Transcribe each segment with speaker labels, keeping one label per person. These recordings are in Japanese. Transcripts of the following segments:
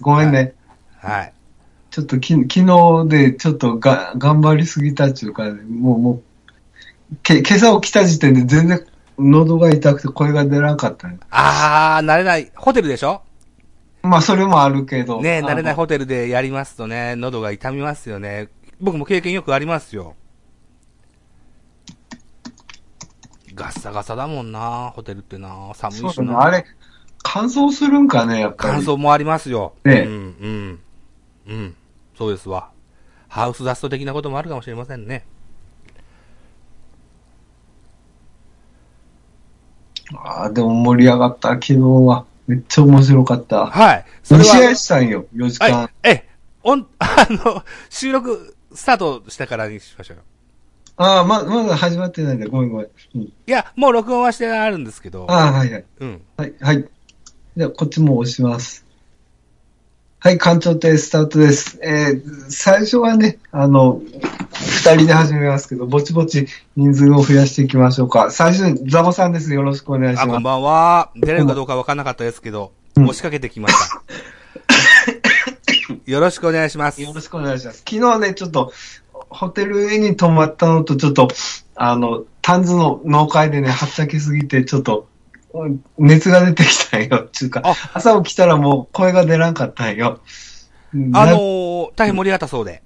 Speaker 1: ごめんね。
Speaker 2: はい。
Speaker 1: ちょっとき昨日でちょっとが頑張りすぎたっていうか、もうもうけ、今朝起きた時点で全然喉が痛くて声が出なかったよ。
Speaker 2: あー、慣れない、ホテルでしょ
Speaker 1: まあそれもあるけど。
Speaker 2: ね慣れない
Speaker 1: あの
Speaker 2: ホテルでやりますとね、喉が痛みますよね。僕も経験よくありますよ。ガッサガサだもんな、ホテルってな、寒
Speaker 1: そ
Speaker 2: いうし
Speaker 1: だね。あ
Speaker 2: な。
Speaker 1: れ、乾燥するんかね、やっぱり。
Speaker 2: 乾燥もありますよ。
Speaker 1: ね
Speaker 2: うん、うん。うん。そうですわ。ハウスダスト的なこともあるかもしれませんね。
Speaker 1: ああ、でも盛り上がった、昨日は。めっちゃ面白かった。
Speaker 2: はい。それ
Speaker 1: 2試合
Speaker 2: は、
Speaker 1: したんよ、4時間。
Speaker 2: はい。え、おん、 あの、収録、スタートしたからにしましょうよ。
Speaker 1: ああ、ま、まだ始まってないんだ。ごめんごめん。うん、
Speaker 2: いや、もう録音はしてあるんですけど。
Speaker 1: ああ、はいはい。
Speaker 2: うん。
Speaker 1: はい、はい。じゃあ、こっちも押します。はい、館長亭スタートです。えー、最初はね、あの、二人で始めますけど、ぼちぼち人数を増やしていきましょうか。最初にザボさんです。よろしくお願いし
Speaker 2: あ、こ
Speaker 1: ま
Speaker 2: ん
Speaker 1: す。
Speaker 2: ばんは。出れるかどうかわからなかったですけど、
Speaker 1: うん
Speaker 2: 押しかけてきま した。よろしくお願いします。
Speaker 1: よろしくお願いします。昨日ね、ちょっと、ホテル上に泊まったのと、ちょっと、あの、タンズの農会でね、はっちゃけすぎて、ちょっと、うん熱が出てきたんよ。ちゅうか
Speaker 2: あ、
Speaker 1: 朝起きたらもう声が出らんかったんよ。
Speaker 2: あの
Speaker 1: な
Speaker 2: ー、大変盛り上がったそうで。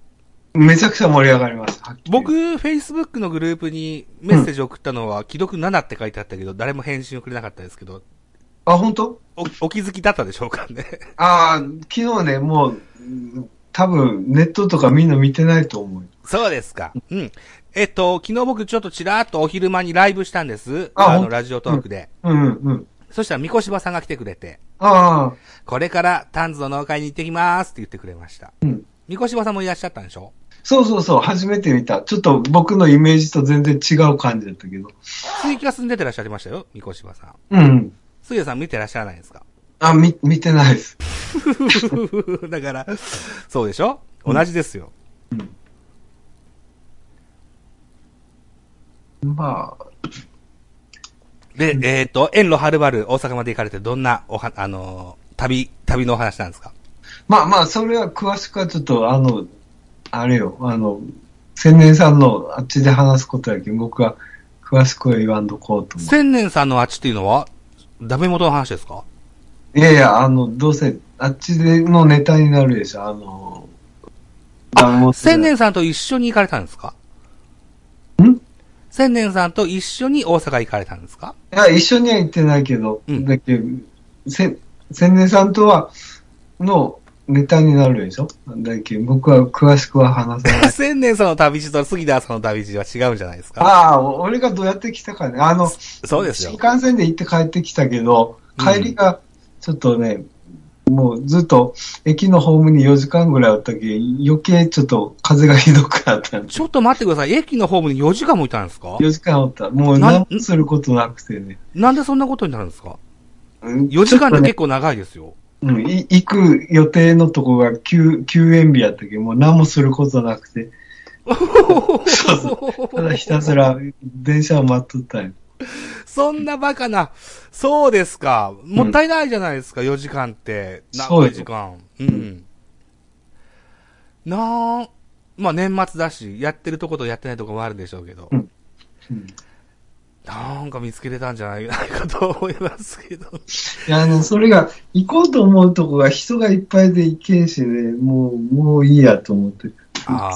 Speaker 1: めちゃくちゃ盛り上がりました。はっきり
Speaker 2: 僕、Facebook のグループにメッセージ送ったのは、既読7って書いてあったけど、誰も返信をくれなかったですけど、
Speaker 1: あ、本当？
Speaker 2: お、お気づきだったでしょうかね。
Speaker 1: ああ、昨日ね、もう、うん多分、ネットとかみんな見てないと思う。
Speaker 2: そうですか。うん。えっと、昨日僕ちょっとちらっとお昼間にライブしたんです。
Speaker 1: あ
Speaker 2: あ
Speaker 1: ほ
Speaker 2: の、
Speaker 1: ん
Speaker 2: ラジオトークで。
Speaker 1: うんうんうん。
Speaker 2: そしたら、三越場さんが来てくれて、
Speaker 1: ああ、
Speaker 2: これからタンズの農会に行ってきますって言ってくれました。
Speaker 1: うん。
Speaker 2: 三越場さんもいらっしゃったんでしょ
Speaker 1: そうそうそう、初めて見た。ちょっと僕のイメージと全然違う感じだったけど。
Speaker 2: 水域が住んでてらっしゃいましたよ、三越場さん。
Speaker 1: うんうん。
Speaker 2: 杉谷さん見てらっしゃらないですか
Speaker 1: あ、み、見てないです。
Speaker 2: だから、そうでしょ同じですよ。
Speaker 1: まあ、
Speaker 2: で、えっ、と、遠路はるばる大阪まで行かれて、どんなおは、あのー旅、旅のお話なんですか
Speaker 1: まあまあ、それは詳しくはちょっと、あの、あれよ、あの、千年さんのあっちで話すことやけん、僕は詳しくは言わんとこうと思
Speaker 2: 千年さんのあっちっていうのは、ダメ元の話ですか
Speaker 1: う。いやいや、あの、どうせ、あっちでのネタになるでしょ、あの、ダメ元で
Speaker 2: 千年さんと一緒に行かれたんですか
Speaker 1: ん
Speaker 2: 千年さんと一緒に大阪行かれたんですか
Speaker 1: いや、一緒には行ってないけど、
Speaker 2: うん。
Speaker 1: だけど、せ、千年さんとは、のネタになるでしょだけど、僕は詳しくは話さない
Speaker 2: 千年さんの旅路と杉田さんの旅路は違うんじゃないですか
Speaker 1: ああ、お俺がどうやって来たかね。あの、
Speaker 2: そうです
Speaker 1: 新
Speaker 2: よ。
Speaker 1: 幹線で行って帰ってきたけど、帰りが、ちょっとね、もうずっと、駅のホームに4時間ぐらいあったけん、余計ちょっと風がひどくなったんで。
Speaker 2: ちょっと待ってください。駅のホームに4時間もいたんですか
Speaker 1: 4時間おった。もう
Speaker 2: な
Speaker 1: 何もすることなくてね。
Speaker 2: なんでそんなことになるんですか
Speaker 1: うん
Speaker 2: ?4 時間っ
Speaker 1: ちょ
Speaker 2: て
Speaker 1: とね
Speaker 2: 結構長いですよ。
Speaker 1: うん、い行く予定のとこが休休園日やったけど、もう何もすることなくて、そうただひたすら電車を待っとったんよ
Speaker 2: そんなバカな。そうですか。もったいないじゃないですか、4時間って。長い時間。うん。なあ、まあ年末だし、やってるとことやってないとこもあるでしょうけど。
Speaker 1: うんうん
Speaker 2: なんか見つけれたんじゃないかと思いますけど。
Speaker 1: いや、あの、それが、行こうと思うとこが人がいっぱいで行けんしね、もう、もういいやと思って。
Speaker 2: あ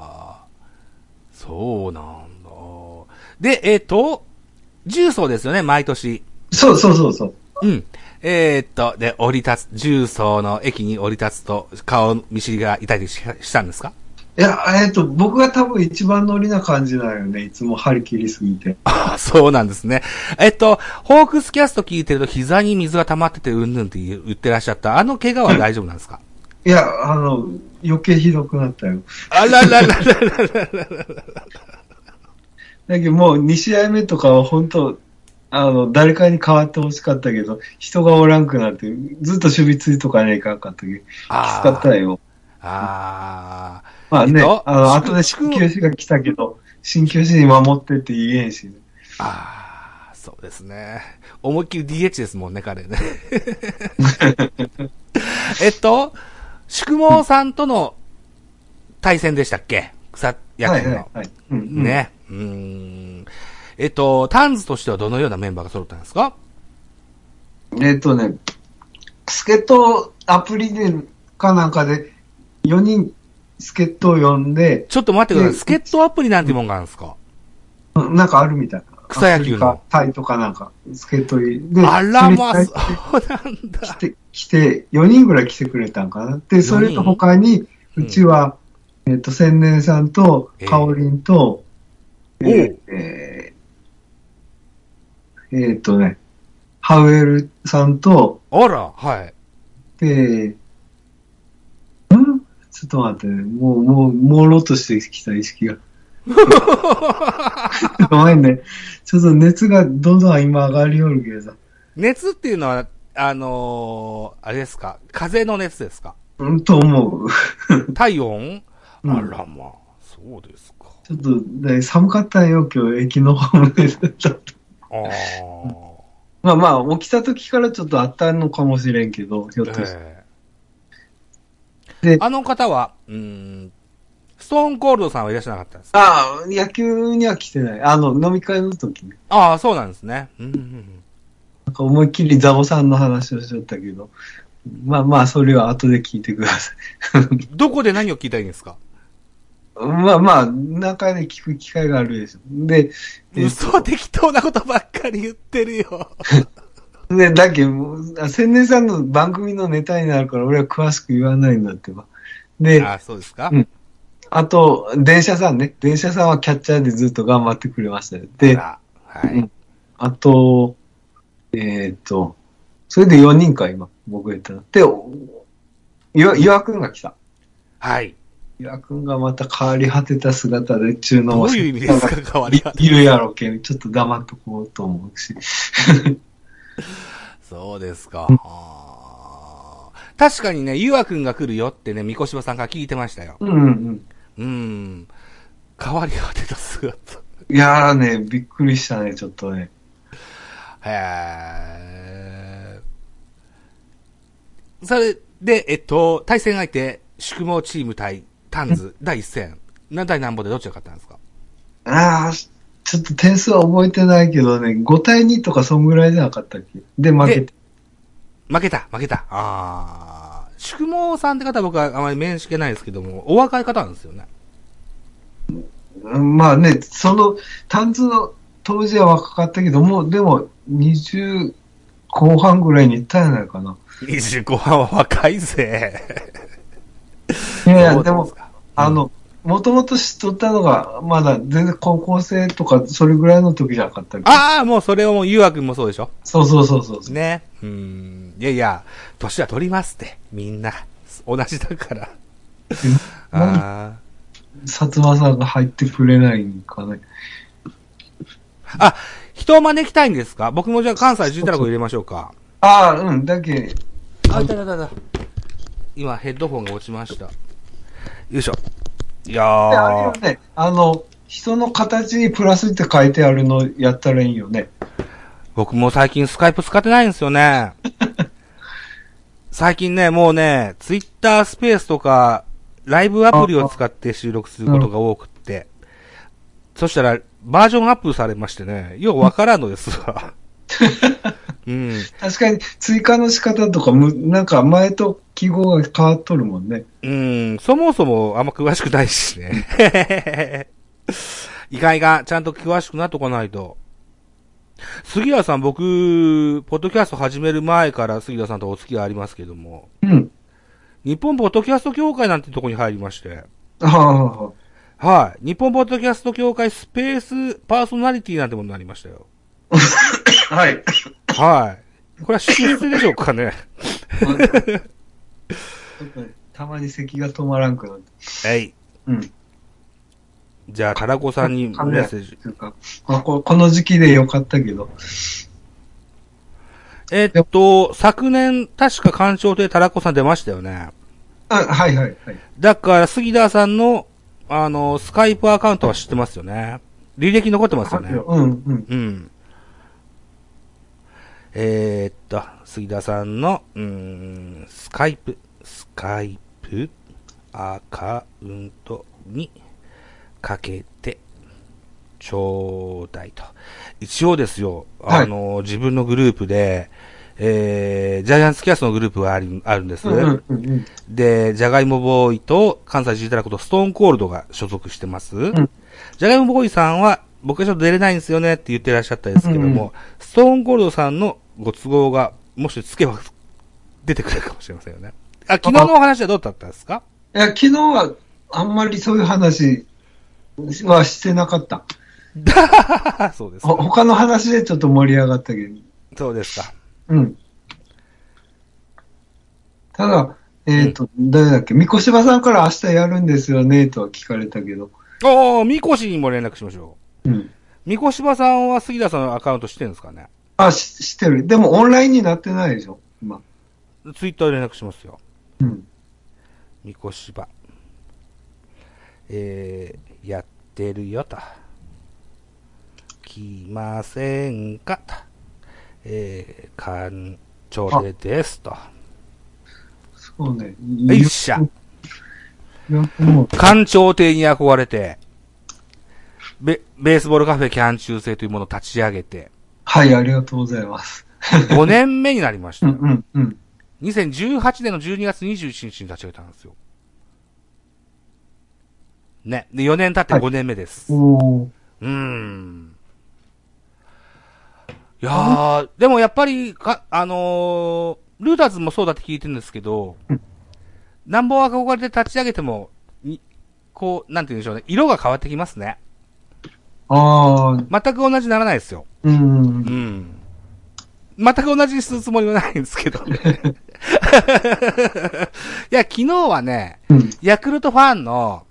Speaker 2: あ。そうなんだ。で、えっ、と、重曹ですよね、毎年。
Speaker 1: そうそうそうそう。
Speaker 2: うん。えーっと、で、降り立つ、重曹の駅に降り立つと、顔見知りが痛いりししたんですか
Speaker 1: いや、えっと、僕が多分一番乗りな感じなんよね。いつも張り切りすぎて。
Speaker 2: そうなんですね。えっと、ホークスキャスト聞いてると膝に水が溜まっててうんぬんって言う言ってらっしゃった。あの怪我は大丈夫なんですか
Speaker 1: いや、あの、余計ひどくなったよ。
Speaker 2: あららら ららら
Speaker 1: だけどもう2試合目とかは本当、あの、誰かに変わってほしかったけど、人がおらんくなって、ずっと守備ついとかねいかんかったけど、きつ
Speaker 2: あ
Speaker 1: かった
Speaker 2: ー
Speaker 1: よ。
Speaker 2: あー。
Speaker 1: まあね、
Speaker 2: えっと
Speaker 1: あの、
Speaker 2: 宿
Speaker 1: 後で新球種が来たけど、新球種に守ってって言えんし、ね。
Speaker 2: ああ、そうですね。思いっきり DH ですもんね、彼 ね。えっと、宿毛さんとの対戦でしたっけ草野
Speaker 1: はい
Speaker 2: 球の。
Speaker 1: はいはい。うんうん
Speaker 2: ね。うーん。えっと、タンズとしてはどのようなメンバーが揃ったんですか
Speaker 1: えっとね、助っ人アプリでかなんかで4人助っ人を呼んで、
Speaker 2: ちょっと待ってください。
Speaker 1: うん
Speaker 2: スケットアプリなんてもんがあるんですか
Speaker 1: なんかあるみたいな。
Speaker 2: 草野球の
Speaker 1: アフリカタイとかなんか、助っ人で、
Speaker 2: あらま
Speaker 1: それ
Speaker 2: あ、
Speaker 1: に
Speaker 2: そ
Speaker 1: 対して
Speaker 2: うなん
Speaker 1: 来
Speaker 2: だ。
Speaker 1: て、来て、4人ぐらい来てくれたんかな。で、それと他に、
Speaker 2: うん
Speaker 1: うちは、えっと、千年さんと
Speaker 2: え、ー
Speaker 1: かおりんと、
Speaker 2: おう
Speaker 1: えーえーえーっとね、ハウエルさんと、
Speaker 2: あら、はい。
Speaker 1: で、んちょっと待ってね、もう、もう、朦朧としてきた意識 が。ごめんね。ちょっと熱がどんどん今上がりよるけどさ。
Speaker 2: 熱っていうのは、あのーあれですか風の熱ですか
Speaker 1: うん、と思う。
Speaker 2: 体温、
Speaker 1: うん
Speaker 2: あらまあ、そうですか。
Speaker 1: ちょっと、ね、寒かったんよ、今日、駅のホームで。
Speaker 2: ああ。
Speaker 1: まあまあ、起きた時からちょっとあったのかもしれんけど、ひょっとして。
Speaker 2: ええ
Speaker 1: で
Speaker 2: あの方は、うーん、ストーンコールドさんはいらっしゃらなかったんですか
Speaker 1: ああ、野球には来てない。あの、飲み会の時ね。
Speaker 2: ああ、そうなんですね。うんうんうん
Speaker 1: なんか思いっきりザボさんの話をしとったけど。まあまあ、それは後で聞いてください。
Speaker 2: どこで何を聞いたらいいんですか
Speaker 1: まあまあ、中で聞く機会があるでしょ。で、えっと
Speaker 2: 嘘適当なことばっかり言ってるよ。
Speaker 1: で、だけど、あ千年さんの番組のネタになるから、俺は詳しく言わないんだってば。で、
Speaker 2: ああ、そうですか、
Speaker 1: うんあと、電車さんね。電車さんはキャッチャーでずっと頑張ってくれましたよ。で、
Speaker 2: あらは
Speaker 1: う
Speaker 2: い
Speaker 1: ん。あと、えっ、と、それで4人か、今、僕言ったの。で、おゆわゆわくんが来た。
Speaker 2: はい。
Speaker 1: ゆわくんがまた変わり果てた姿で中の
Speaker 2: どういう意味ですか変わりは。
Speaker 1: いるやろけん、ちょっと黙っとこうと思うし。
Speaker 2: そうですか。あー確かにね、ゆわくんが来るよってね、三越さんから聞いてましたよ。
Speaker 1: うんうん。
Speaker 2: うーん。変わり果てた姿。
Speaker 1: いやーね、びっくりしたね、ちょっとね。
Speaker 2: へーそれで、えっと、対戦相手、宿毛チーム対タンズ、第一戦。何対何本でどっちが勝ったんですか
Speaker 1: ああ、ちょっと点数は覚えてないけどね、5対2とかそんぐらいじゃなかったっけで、負けて。
Speaker 2: 負けた、負けた。あー。宿毛さんって方は僕はあまり面識ないですけども、お若い方なんですよね。
Speaker 1: うんまあね、その、単図の当時は若かったけど、もうでも20後半ぐらいに行ったんじゃ ないかな。
Speaker 2: 25半は若いぜ。
Speaker 1: いやい
Speaker 2: ど
Speaker 1: や、
Speaker 2: う
Speaker 1: ですも、
Speaker 2: か、
Speaker 1: あの、もともと知っとったのが、まだ全然高校生とか、それぐらいの時じゃなかったっけ
Speaker 2: ああ、もうそれをもう、ゆうあくんもそうでしょ
Speaker 1: そうそうそうそうそう。
Speaker 2: ね。うん。いやいや、年は取りますって、みんな。同じだから。あ
Speaker 1: 薩摩さんが入ってくれないんかね。
Speaker 2: ーあ、人を招きたいんですか僕もじゃあ関西たらこ入れましょうか。
Speaker 1: ああ、うん、だけ、
Speaker 2: あ、いたいたいたいた。今、ヘッドホンが落ちました。よいしょ。いや
Speaker 1: であれよ
Speaker 2: ー。
Speaker 1: ね、あの、人の形にプラスって書いてあるのやったらいいよね。
Speaker 2: 僕も最近スカイプ使ってないんですよね。最近ね、もうね、ツイッタースペースとか、ライブアプリを使って収録することが多くって。そしたら、バージョンアップされましてね、ようわからんのですわ。うん。
Speaker 1: 確かに、追加の仕方とかむ、なんか前と記号が変わっとるもんね。
Speaker 2: うん、そもそもあんま詳しくないしね。 いかんいかん、ちゃんと詳しくなっとかないと。杉田さん、僕、ポッドキャスト始める前から杉田さんとお付き合いありますけども。
Speaker 1: うん。
Speaker 2: 日本ポッドキャスト協会なんてとこに入りまして。
Speaker 1: あ
Speaker 2: はい。日本ポッドキャスト協会スペースパーソナリティなんてものになりましたよ。
Speaker 1: あ、 はい。
Speaker 2: はい。これは出世でしょうかね。
Speaker 1: たまに咳が止まらんくなって。
Speaker 2: はい。
Speaker 1: うん。
Speaker 2: じゃあ、タラコさんにメッセージ。
Speaker 1: というかまあここの時期でよかったけど。
Speaker 2: えっと、昨年、確か官庁でタラコさん出ましたよね。
Speaker 1: あ、はいはいはい。
Speaker 2: だから、杉田さんの、あの、スカイプアカウントは知ってますよね。履歴残ってますよね。
Speaker 1: うんうん。
Speaker 2: うん。えー、っと、杉田さんの、うーん、スカイプ、スカイプアカウントにかけて、ちょうだいと。一応ですよ、
Speaker 1: はい
Speaker 2: あの、自分のグループで、えー、ジャイアンツキャストのグループがありあるんです。
Speaker 1: うんうんうん
Speaker 2: で、ジャガイモボーイと関西ジータラコとストーンコールドが所属してます。
Speaker 1: ん
Speaker 2: ジャガイモボーイさんは、僕はちょっと出れないんですよねって言ってらっしゃったんですけども、
Speaker 1: うん
Speaker 2: ストーンコールドさんのご都合が、もしつけば出てくれるかもしれませんよね。あ、昨日のお話はどうだったんで すか
Speaker 1: いや、昨日はあんまりそういう話はしてなかった。
Speaker 2: あ そうです
Speaker 1: ほ
Speaker 2: か。
Speaker 1: 他の話でちょっと盛り上がったけど。
Speaker 2: そうですか。
Speaker 1: うん。ただ、えっ、と、誰だっけ、三越場さんから明日やるんですよね、とは聞かれたけど。
Speaker 2: おー、みこしにも連絡しましょ
Speaker 1: うん。
Speaker 2: う。みこしばさんは杉田さんのアカウント知ってるんですかね
Speaker 1: あ、し知ってる。でもオンラインになってないでしょ、今。
Speaker 2: ツイッターで連絡しますよ。
Speaker 1: うん。
Speaker 2: みこしば。えー、やってるよと。来ませんかと。えー、館長でですと。
Speaker 1: そうね。
Speaker 2: よいしゃ。
Speaker 1: いやもう
Speaker 2: 館長亭に憧れて、ベ、ベースボールカフェキャン中制というものを立ち上げ て、
Speaker 1: はい、ありがとうございます。
Speaker 2: 5年目になりまし
Speaker 1: う
Speaker 2: た
Speaker 1: ん
Speaker 2: よ。
Speaker 1: うんうん。
Speaker 2: 2018年の12月21日に立ち上げたんですよ。ね。で、4年経って5年目です。
Speaker 1: おー
Speaker 2: うーん。いやー、でもやっぱりか、あのールーターズもそうだって聞いてるんですけど
Speaker 1: うん、
Speaker 2: なんぼ憧れて立ち上げても、にこう、なんて言うんでしょうね、色が変わってきますね。
Speaker 1: ああ、
Speaker 2: 全く同じにならないですよ。
Speaker 1: うん
Speaker 2: う。ん。全く同じにするつもりはないんですけどね。いや、昨日はね、
Speaker 1: うん。
Speaker 2: ヤクルトファンの、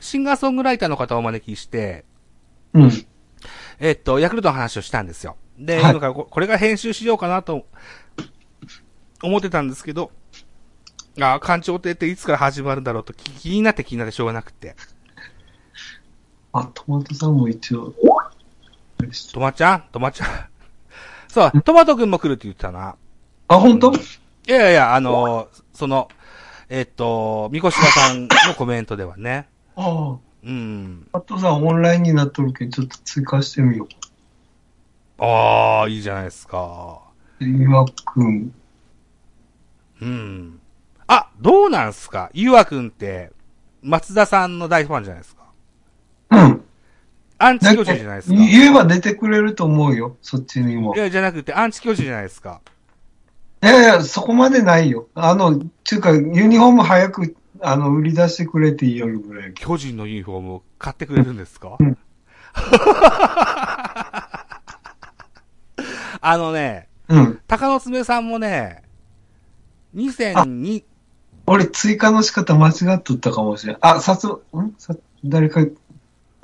Speaker 2: シンガーソングライターの方をお招きして、
Speaker 1: うん。
Speaker 2: えっと、ヤクルトの話をしたんですよ。で、
Speaker 1: はい
Speaker 2: 今からここれから編集しようかなと思ってたんですけど、ああ、館長亭っていつから始まるんだろうと気気になって気になってしょうがなくて。
Speaker 1: あ、トマトさんも一応。よし
Speaker 2: トマちゃんトマちゃん。 そう、トマトくんも来るって言ってたな。
Speaker 1: あ、本当
Speaker 2: いやいやいや、あのーその、えっと、三越さんのコメントではね。
Speaker 1: ああ。
Speaker 2: うん。
Speaker 1: あとさんオンラインになっとるけん、ちょっと追加してみよ
Speaker 2: ああ、いいじゃないですか。
Speaker 1: う。岩くん。
Speaker 2: うん。あ、どうなんすかゆうあくんって、松田さんの大ファンじゃないですか。
Speaker 1: うん。
Speaker 2: アンチ教授じゃないですか。い
Speaker 1: 言えば出てくれると思うよ、そっちにも。い
Speaker 2: や、じゃなくて、アンチ教授じゃないですか。
Speaker 1: やいや、そこまでないよ。あの、ちゅうか、ユニフォーム早く、あの、売り出してくれって言いよるぐらい。
Speaker 2: 巨人のユニフォームを買ってくれるんですか、
Speaker 1: うん
Speaker 2: あのね、
Speaker 1: うん。
Speaker 2: 鷹の爪さんもね、2002、
Speaker 1: 俺、追加の仕方間違っとったかもしれん。あ、さつ、んさ誰か、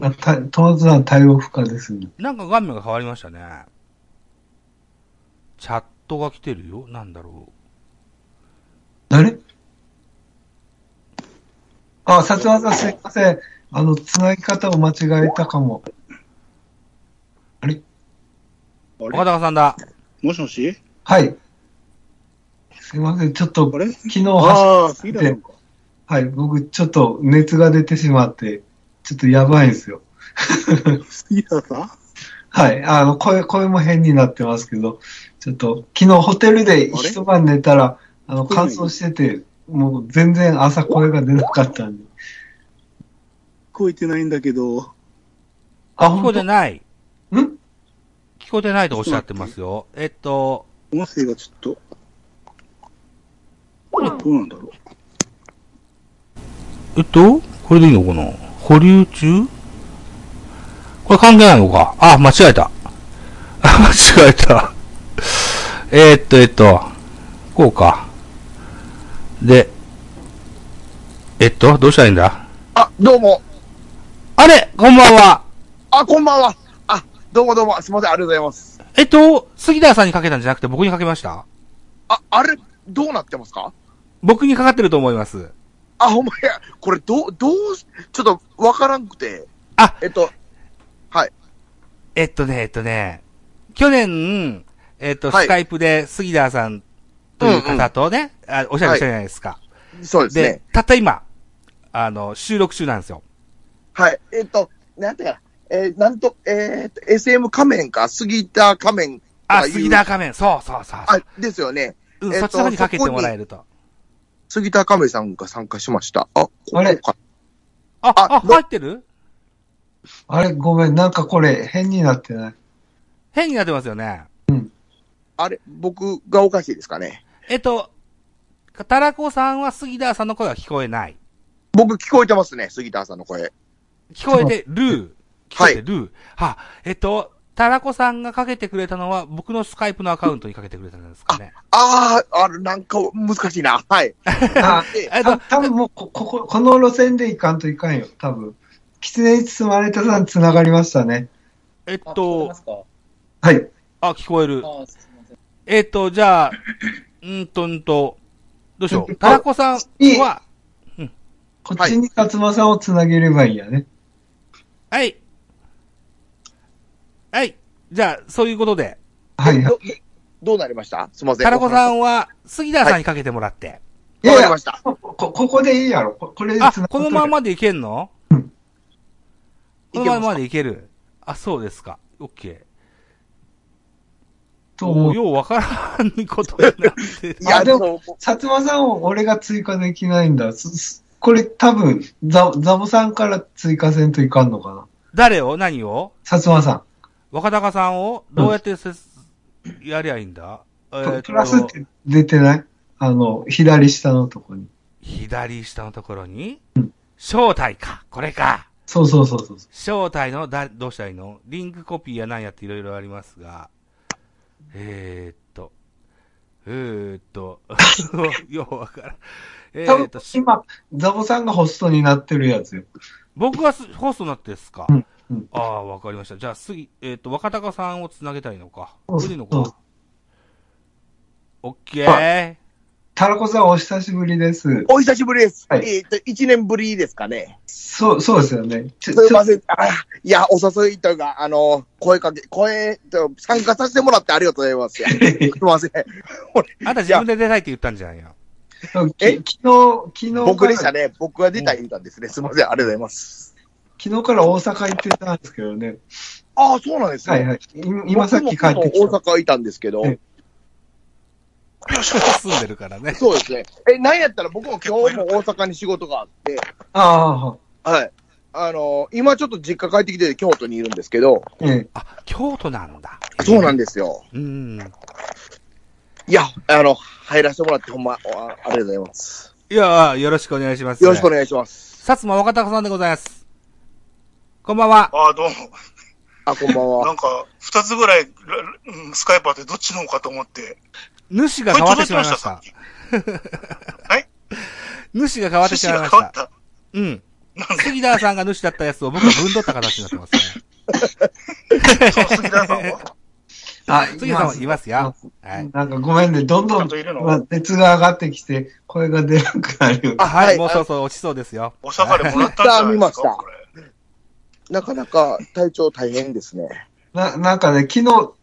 Speaker 1: あ、た、トマトさん対応不可ですね。
Speaker 2: なんか画面が変わりましたね。チャットが来てるよなんだろ
Speaker 1: 誰あ、さつまさんすいません。あの、繋ぎ方を間違えたかも。
Speaker 2: う。
Speaker 3: あれ
Speaker 2: 岡高さんだ。
Speaker 3: もしもし
Speaker 1: はい。すいません。ちょっと
Speaker 3: あ、れ
Speaker 1: 昨日
Speaker 3: あ
Speaker 1: は、
Speaker 3: あ、杉田さんか。
Speaker 1: はい、僕、ちょっと熱が出てしまって、ちょっとやばいんですよ。
Speaker 3: 杉田さん
Speaker 1: はい、あの、声、声も変になってますけど、ちょっと、昨日ホテルで一晩寝たら、あの、乾燥してて、もう全然朝声が出なかったんで。
Speaker 3: 聞こえてないんだけど、
Speaker 1: あ、
Speaker 2: 聞こえ
Speaker 1: 本
Speaker 2: て
Speaker 1: 当
Speaker 2: ない。
Speaker 1: ん
Speaker 2: 聞こえてないとおっしゃってますよ。えっと、
Speaker 3: 音声がちょっと。これどうなんだろう。
Speaker 2: えっと、これでいいのかな保留中これ関係ないのかあ、間違えた。 あ、間違えた。えーっと、えっと、こうか。で、えっと、どうしたらいいんだ
Speaker 4: あ、どうも。
Speaker 2: あれこんばんは。
Speaker 4: あ、こんばんは。あ、どうもどうも。すみません。ありがとうございます。
Speaker 2: えっと、杉田さんにかけたんじゃなくて僕にかけました
Speaker 4: あ、あれ、どうなってますか
Speaker 2: 僕にかかってると思います。
Speaker 4: あ、ほんまや。これ、どう、どうし、ちょっとわからんくて。
Speaker 2: あ
Speaker 4: えっと、
Speaker 2: えっとね、えっとね、去年、ええっ、と、
Speaker 4: はい
Speaker 2: スカイプで杉田さんという方とね、あおしゃべりしたじゃないですか。
Speaker 4: そうです
Speaker 2: で
Speaker 4: ね。
Speaker 2: たった今、あの、収録中なんですよ。
Speaker 4: はい。えっ、と、なんていうかな、えーなんと、えーと、SM 仮面か、杉田仮面と
Speaker 2: あ、
Speaker 4: かいう
Speaker 2: 杉田仮面、そうそうそうそ
Speaker 4: あ
Speaker 2: う、
Speaker 4: ですよね。
Speaker 2: うん
Speaker 4: えっ
Speaker 2: そ
Speaker 4: と
Speaker 2: っちの方にかけてもらえると。
Speaker 4: 杉田亀さんが参加しました。あ、こ
Speaker 1: あれ
Speaker 4: こか
Speaker 2: あ、
Speaker 4: あ
Speaker 2: あ、入ってる
Speaker 1: あれ、ごめん、なんかこれ、変になってない。
Speaker 2: 変になってますよね。
Speaker 4: あれ、僕がおかしいですかね。
Speaker 2: えっと、たらこさんは杉田さんの声は聞こえない。
Speaker 4: 僕聞こえてますね、杉田さんの声。
Speaker 2: 聞こえてる。聞こ
Speaker 4: は
Speaker 2: え
Speaker 4: い
Speaker 2: てる。は、えっと、たらこさんがかけてくれたのは、僕のスカイプのアカウントにかけてくれたんですかね。
Speaker 4: あー、あれ、なんか難しいな。はい。
Speaker 1: あ、
Speaker 4: で
Speaker 2: えっと
Speaker 1: た、多分もうこ、ここ、この路線でいかんといかんよ、多分。狐に包まれたさん繋がりましたね。
Speaker 2: えっ
Speaker 5: あ聞こえ
Speaker 2: と
Speaker 5: ま、すか
Speaker 1: はい。
Speaker 2: あ、聞こえる。
Speaker 5: あすいません
Speaker 2: えっと、じゃあ、うんとんと、どうしよう。
Speaker 1: あ
Speaker 2: たらこさん
Speaker 1: いい
Speaker 2: は、
Speaker 1: こっちに勝間さんを繋げればいいんやね。
Speaker 2: はい。はい。じゃあ、そういうことで、
Speaker 1: はい、はい。
Speaker 4: どどうなりましたすいません。
Speaker 2: たらこさ
Speaker 4: ん。
Speaker 2: んは、杉田さんにかけてもらって。
Speaker 1: いや
Speaker 4: わかり
Speaker 1: いや
Speaker 4: ました。
Speaker 1: こ、こここでいいやろ。ここれで
Speaker 2: あ、
Speaker 1: 繋
Speaker 2: このままでいけんの
Speaker 1: うん
Speaker 2: このままでいける。あ、そうですか。オッケー。
Speaker 1: と思う。
Speaker 2: ようわからんことになってる
Speaker 4: い
Speaker 1: あ
Speaker 4: や、
Speaker 1: で
Speaker 4: で
Speaker 1: も
Speaker 4: も、
Speaker 1: 薩摩さんを俺が追加できないんだ。すすこれ多分、ザ、ザボさんから追加せんといかんのかな。
Speaker 2: 誰を何を
Speaker 1: 薩摩さん。
Speaker 2: 若隆さんをどうやってせ、やりゃいいんだえーっ
Speaker 1: プラスって出てないあの、左下のとこに。
Speaker 2: 左下のところに
Speaker 1: うん、
Speaker 2: 招待か。これか。
Speaker 1: そうそうそうそう。
Speaker 2: 招待のだ、どうしたらいいのリンクコピーやなんやっていろいろありますが、えー、っと、えー、っと、 ようわからん。え
Speaker 1: 多
Speaker 2: ー、っ
Speaker 1: 分
Speaker 2: と、し
Speaker 1: 今、ザボさんがホストになってるやつよ。
Speaker 2: 僕はすホストになってですか、
Speaker 1: うんうん
Speaker 2: ああ、わかりました。じゃあ、次、えーっと、若隆さんをつなげたいのか。
Speaker 1: そう
Speaker 2: 無
Speaker 1: そう
Speaker 2: 理のか。オッケ
Speaker 4: は
Speaker 2: ー。
Speaker 1: タラコさんお久しぶりです。
Speaker 4: お久しぶりです。
Speaker 1: はい
Speaker 4: えっ、と、1年ぶりですかね。
Speaker 1: そう、そうですよね。ち
Speaker 4: すい ま
Speaker 1: ょ
Speaker 4: せん。あいや、お誘いというか、あの、声かけ、声、と参加させてもらってありがとうございます。すいません。
Speaker 2: あんた自分で出たいって言ったんじゃないよ。
Speaker 1: え
Speaker 4: え
Speaker 1: 昨日、昨日
Speaker 4: 僕でし
Speaker 1: か
Speaker 4: た
Speaker 1: ら、
Speaker 4: ね。僕が出た言うたんですね。すいません。ありがとうございます。
Speaker 1: 昨日から大阪行ってたんですけどね。
Speaker 4: ああ、そうなんですね。
Speaker 1: はいはい。い今さっき帰ってき
Speaker 4: 僕も
Speaker 1: た。
Speaker 4: 大阪いたんですけど
Speaker 1: え、え
Speaker 2: 住んでるからね。
Speaker 4: そうですね。え、なんやったら僕も今日も大阪に仕事があって、
Speaker 1: ああ、
Speaker 4: はい。あのー今ちょっと実家帰ってきて京都にいるんですけど、
Speaker 1: ええ。
Speaker 2: あ、京都なんだ。
Speaker 4: そうなん
Speaker 2: だ。
Speaker 4: ですよ。
Speaker 2: うん。
Speaker 4: いや、あの、入らせてもらってほんま、あありがとうございます。
Speaker 2: いや、よろしくお願いします。
Speaker 4: よろしくお
Speaker 2: い
Speaker 4: 願いします。
Speaker 2: 薩摩若隆さんでございます。こんばんは。
Speaker 6: ああ、どうも。
Speaker 4: あ、こんばん
Speaker 6: な
Speaker 4: は。
Speaker 6: んか、二つぐらい、ららうんスカイプあってどっちの方かと思って。
Speaker 2: 主が
Speaker 6: これ
Speaker 2: 変わって
Speaker 6: 届
Speaker 2: し
Speaker 6: き
Speaker 2: まい
Speaker 6: ま
Speaker 2: まし。
Speaker 6: した、さったき。
Speaker 2: 主が変わってしまいまし
Speaker 6: 趣旨が
Speaker 2: た。
Speaker 6: 変わっ
Speaker 2: うん。
Speaker 6: なん
Speaker 2: 杉田さんが主だったやつを僕がぶんどった形になってますね。
Speaker 6: た。そう、杉田さんは。
Speaker 1: あ、
Speaker 2: 杉田さんもいます
Speaker 1: いま
Speaker 2: よ。はい。
Speaker 1: なんかごめんね、どん
Speaker 6: ち
Speaker 1: ど
Speaker 6: ゃ
Speaker 1: ん
Speaker 6: んといるの、
Speaker 1: 熱が上がってきて、声が出なくなるよ。
Speaker 4: あ、
Speaker 2: は、
Speaker 4: はいい。
Speaker 2: もう
Speaker 4: あ
Speaker 2: そろそろ落ちそうですよ。
Speaker 6: お下がりもらったんじゃないです
Speaker 4: ツイッター見ました
Speaker 6: か、これ。
Speaker 4: なかなか体調大変ですね。
Speaker 1: な、なんかね、昨日、ほ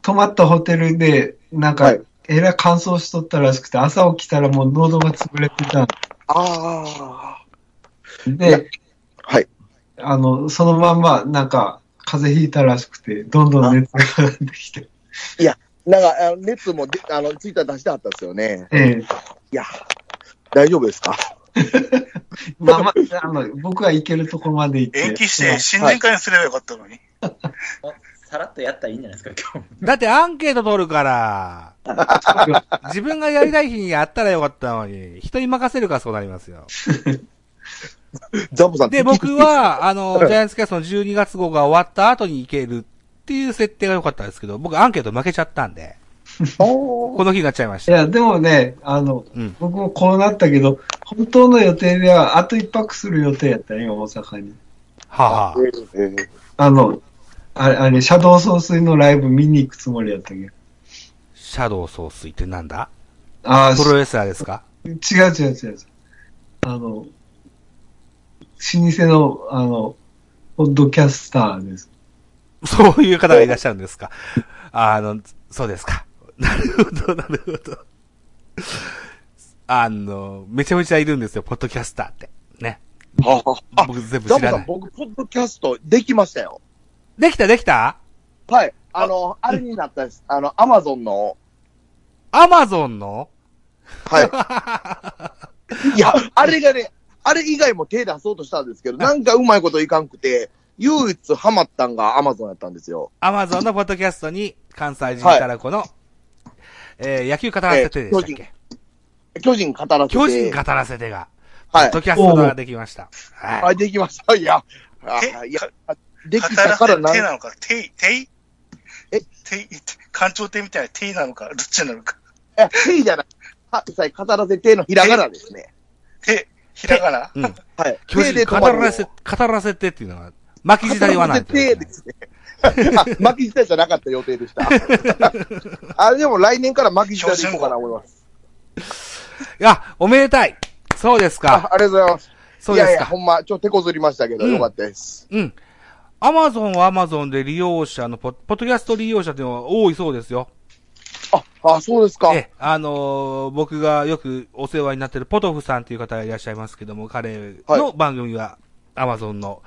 Speaker 1: 泊まったホテルで、なん
Speaker 4: は
Speaker 1: か
Speaker 4: い、
Speaker 1: えらい乾燥しとったらしくて、朝起きたらもう喉が潰れてた
Speaker 4: ああ。
Speaker 1: ん
Speaker 4: いや
Speaker 1: で、
Speaker 4: はい。
Speaker 1: あの、そのまんま、なんか、風邪ひいたらしくて、どんどん熱が上がってきて。
Speaker 4: なんか、あの熱もで、あの、ツイッター出してあったんですよね。
Speaker 1: ええ
Speaker 4: いや、大丈夫ですか
Speaker 1: まあまあ、あの、僕はいけるとこまで行って。
Speaker 6: 延期して、新年会にすればよかったのに。
Speaker 5: さらっとやったらいいんじゃないですか、今日。
Speaker 2: だってアンケート取るから。 自分がやりたい日にやったらよかったのに、人に任せるからそうなりますよ。
Speaker 4: ザボさん
Speaker 2: で、僕、は、あの、ジャイアンツキャストの12月号が終わった後に行けるっていう設定が良かったんですけど、僕アンケート負けちゃったんで、
Speaker 4: おー
Speaker 2: この日になっちゃいまし
Speaker 1: い
Speaker 2: た。
Speaker 1: や、でもね、あの、
Speaker 2: うん
Speaker 1: 僕もこうなったけど、本当の予定では、あと一泊する予定やったよ、今、大阪に。
Speaker 2: はあ、
Speaker 4: えー
Speaker 1: あの、あれ、あれ、シャドウ総帥のライブ見に行くつもりやったけど。
Speaker 2: シャドウ総帥ってなんだ
Speaker 1: ああ、
Speaker 2: プロレスラーですか
Speaker 1: し違う違う違う違う。あの、老舗の、あの、ポッドキャスターです。
Speaker 2: そういう方がいらっしゃるんですかあの、そうですか。 なるほど、なるほど。あの、めちゃめちゃいるんですよ、ポッドキャスターって。ね。
Speaker 4: はあはあ
Speaker 2: 僕全部
Speaker 4: ザ
Speaker 2: 知
Speaker 4: ボ
Speaker 2: ら
Speaker 4: さ、
Speaker 2: なんい。
Speaker 4: 僕、ポッドキャストできましたよ。
Speaker 2: できた、できた
Speaker 4: はい。あの、あれになったです。あの、アマゾンの、
Speaker 2: アマゾンの
Speaker 4: はい。いや、あれがね、あれ以外も手出そうとしたんですけど、なんかうまいこといかんくて、唯一ハマったんがアマゾンやったんですよ。
Speaker 2: アマゾンのポッドキャストに、関西人からこの、えー、野球語らせてでしたっけ、
Speaker 4: 巨人語らせて。
Speaker 2: 巨人語らせてが、ポ
Speaker 4: は
Speaker 2: ッ
Speaker 4: い
Speaker 2: ド。キャストができました。
Speaker 4: は、
Speaker 2: はい
Speaker 4: できました。いや、あ
Speaker 6: え
Speaker 4: いや、でき
Speaker 6: 語
Speaker 4: た
Speaker 6: ら
Speaker 4: から
Speaker 6: せ
Speaker 4: な
Speaker 6: 手
Speaker 4: ん、
Speaker 6: なのか、手、手
Speaker 4: え
Speaker 6: 手、官庁手みたいな手なのか、どっちなのか。
Speaker 4: え、いいじゃない。は、さえ、語らせてのひらがなですね。
Speaker 6: 手、ひらがな。
Speaker 2: い。うん。
Speaker 4: はい。
Speaker 2: 巨
Speaker 4: 手で
Speaker 2: 人
Speaker 4: 止
Speaker 2: 語
Speaker 4: まる
Speaker 2: らせ、語らせてっていうのは、巻き舌言わないと
Speaker 4: 語らせてですね。あ 巻き舌じゃなかった予定でした。 あ、でも来年から巻き舌でいこうかな思います。
Speaker 2: いや、おめでたいそうです
Speaker 4: あ
Speaker 2: か。
Speaker 4: ありがとうございます。
Speaker 2: そうです
Speaker 4: い
Speaker 2: か。
Speaker 4: やいや、ほんま、ちょっと手こずりましたけど、
Speaker 2: うん
Speaker 4: よかったです。
Speaker 2: うん。アマゾンはアマゾンで利用者のポ、ポッドキャスト利用者っていうのは多いそうですよ。
Speaker 4: あ、あ、そうですか。
Speaker 2: ええ、あのー僕がよくお世話になってるポトフさんという方がいらっしゃいますけども、彼の番組はアマゾンの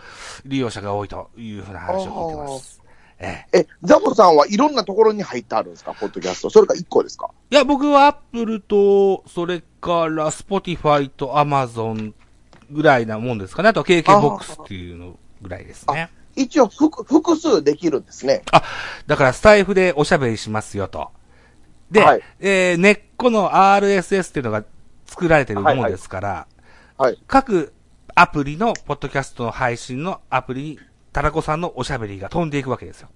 Speaker 2: 利用者が多いというふうな話を聞いてます。ええ。
Speaker 4: え、ザボさんはいろんなところに入ってあるんですか、ポッドキャスト。それか1個ですか。
Speaker 2: いや、僕はアップルと、それからスポティファイとアマゾンぐらいなもんですかね。あと KK ボックスっていうのぐらいですね。
Speaker 4: 一応複、複数できるんですね。
Speaker 2: だからスタイフでおしゃべりしますよと。で、
Speaker 4: はい
Speaker 2: えー根っこの RSS っていうのが作られてるものですから、
Speaker 4: はいはい
Speaker 2: 各アプリの、ポッドキャストの配信のアプリに、タラコさんのおしゃべりが飛んでいくわけですよ。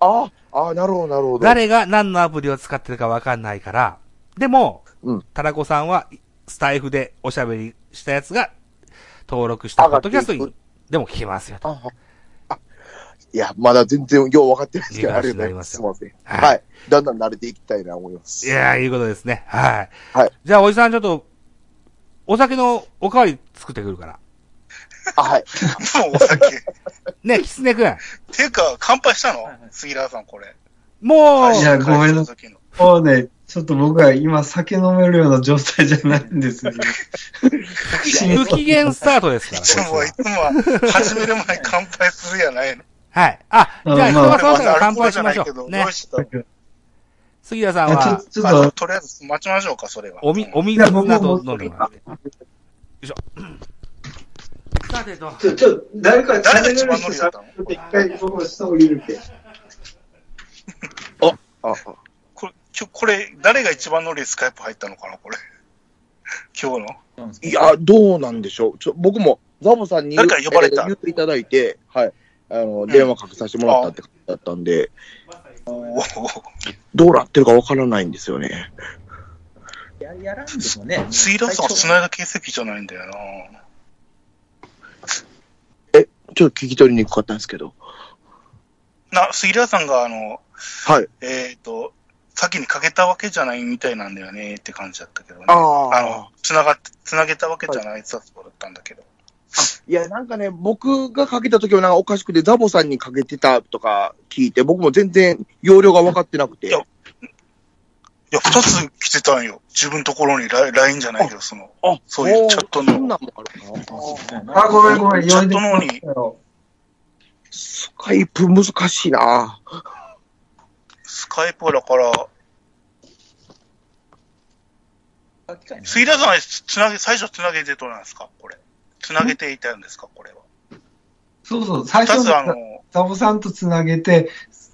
Speaker 4: ああ、なるほど、なるほど。
Speaker 2: 誰が何のアプリを使ってるかわかんないから、でも、
Speaker 4: うん
Speaker 2: タラコさんはスタイフでおしゃべりしたやつが登録したポッドキャスト
Speaker 4: 上がっ
Speaker 2: に、でも聞けますよと。
Speaker 4: ああいや、まだ全然よう分かってないですけ
Speaker 2: い
Speaker 4: ど、
Speaker 2: い
Speaker 4: あ
Speaker 2: 話
Speaker 4: り
Speaker 2: に
Speaker 4: が
Speaker 2: な
Speaker 4: と
Speaker 2: り
Speaker 4: う
Speaker 2: ま
Speaker 4: ご
Speaker 2: す
Speaker 4: ざい
Speaker 2: よ
Speaker 4: ます。すみません。
Speaker 2: は
Speaker 4: はいい。だんだん慣れていきたいな思います。
Speaker 2: いやー、いうことですね。はい。
Speaker 4: はい。
Speaker 2: じゃあ、おじさんちょっと、お酒のおかわり作ってくるから。
Speaker 4: あ、はい。
Speaker 6: もうお酒。っ
Speaker 2: ね、キツネくん。
Speaker 6: ていうか、乾杯したの
Speaker 5: はいはい
Speaker 6: 杉浦さん、これ。
Speaker 2: もう、
Speaker 1: いやごめんな
Speaker 6: さい。
Speaker 1: もうね、ちょっと僕は今酒飲めるような状態じゃないん ですよ。
Speaker 2: 不機嫌スタートですか
Speaker 6: い
Speaker 2: ら、
Speaker 6: つも
Speaker 2: こ
Speaker 6: はいい
Speaker 2: つ
Speaker 6: つもは、始める前に乾杯するやないの。
Speaker 2: ははい。あ、じ
Speaker 1: う
Speaker 2: ゃあ、
Speaker 1: ん
Speaker 2: 人
Speaker 1: まあ
Speaker 2: は
Speaker 6: あれ
Speaker 2: その
Speaker 6: は
Speaker 2: 他から乾杯
Speaker 6: じ
Speaker 2: し
Speaker 6: ゃ
Speaker 2: ま
Speaker 6: な
Speaker 2: し
Speaker 6: いけ
Speaker 2: ょ
Speaker 6: ど、
Speaker 2: う。ね
Speaker 6: どう。した
Speaker 2: 杉田さん
Speaker 1: あ
Speaker 2: は、
Speaker 1: ちょち
Speaker 6: あ
Speaker 1: ょ
Speaker 6: の
Speaker 1: っと、
Speaker 6: とりあえず待ちましょうか、それは。
Speaker 2: おみ、お水
Speaker 1: いや僕も
Speaker 2: など飲んでもらって。よいしょ。 さてと、
Speaker 1: ちょ、ちょ、誰か
Speaker 6: 誰が一番乗りだったの
Speaker 1: ちょっと一回僕の下降りるけ。
Speaker 4: あ、
Speaker 6: これ、きょこれ誰が一番乗りでスカイプ入ったのかな、これ。 今日の。
Speaker 5: そうなんですか
Speaker 4: いや、どうなんでしょう。ちょ僕もザボさんに
Speaker 6: 誰か呼ばれた
Speaker 4: えー言っていただいて、はい。あの、電話かけさせてもらったって感じだったんで、
Speaker 6: おー
Speaker 4: どうなってるかわからないんですよね。
Speaker 5: ややらんですもんね。
Speaker 6: 杉浦さんは
Speaker 5: ない。
Speaker 6: 繋いだ形跡じゃないんだよな。
Speaker 4: ちょっと聞き取りにくかったんですけど。
Speaker 6: な、杉浦さんが、あの、
Speaker 4: はい。
Speaker 6: えっ、と、先にかけたわけじゃないみたいなんだよねって感じだったけどね。
Speaker 4: あ
Speaker 6: あ
Speaker 4: あ
Speaker 6: の。、繋がって、繋げたわけじゃないやつだったんだけど。
Speaker 4: いや、なんかね、僕がかけた時もなんかおかしくて、ザボさんにかけてたとか聞いて、僕も全然容量が分かってなくて。
Speaker 6: いやいや、二つ来てたんよ。自分のところにライン LINE じゃないけど、その、
Speaker 4: あ、
Speaker 6: そういうチャットの
Speaker 4: そんなんもあるかな。
Speaker 1: あ、ごめんごめん、
Speaker 6: ちょ
Speaker 1: 呼
Speaker 6: っ
Speaker 1: んで
Speaker 6: と
Speaker 1: き
Speaker 6: 脳
Speaker 1: ま
Speaker 6: に
Speaker 1: したよ。
Speaker 4: スカイプ難しいな
Speaker 6: スカイプはだから、杉浦さんはつなげ、最初繋げてどうなんですかこれ。繋げていたんですかこれは。
Speaker 1: そうそう、最
Speaker 6: 二
Speaker 1: 初
Speaker 6: つあの
Speaker 1: の、ザボさんとつなげて、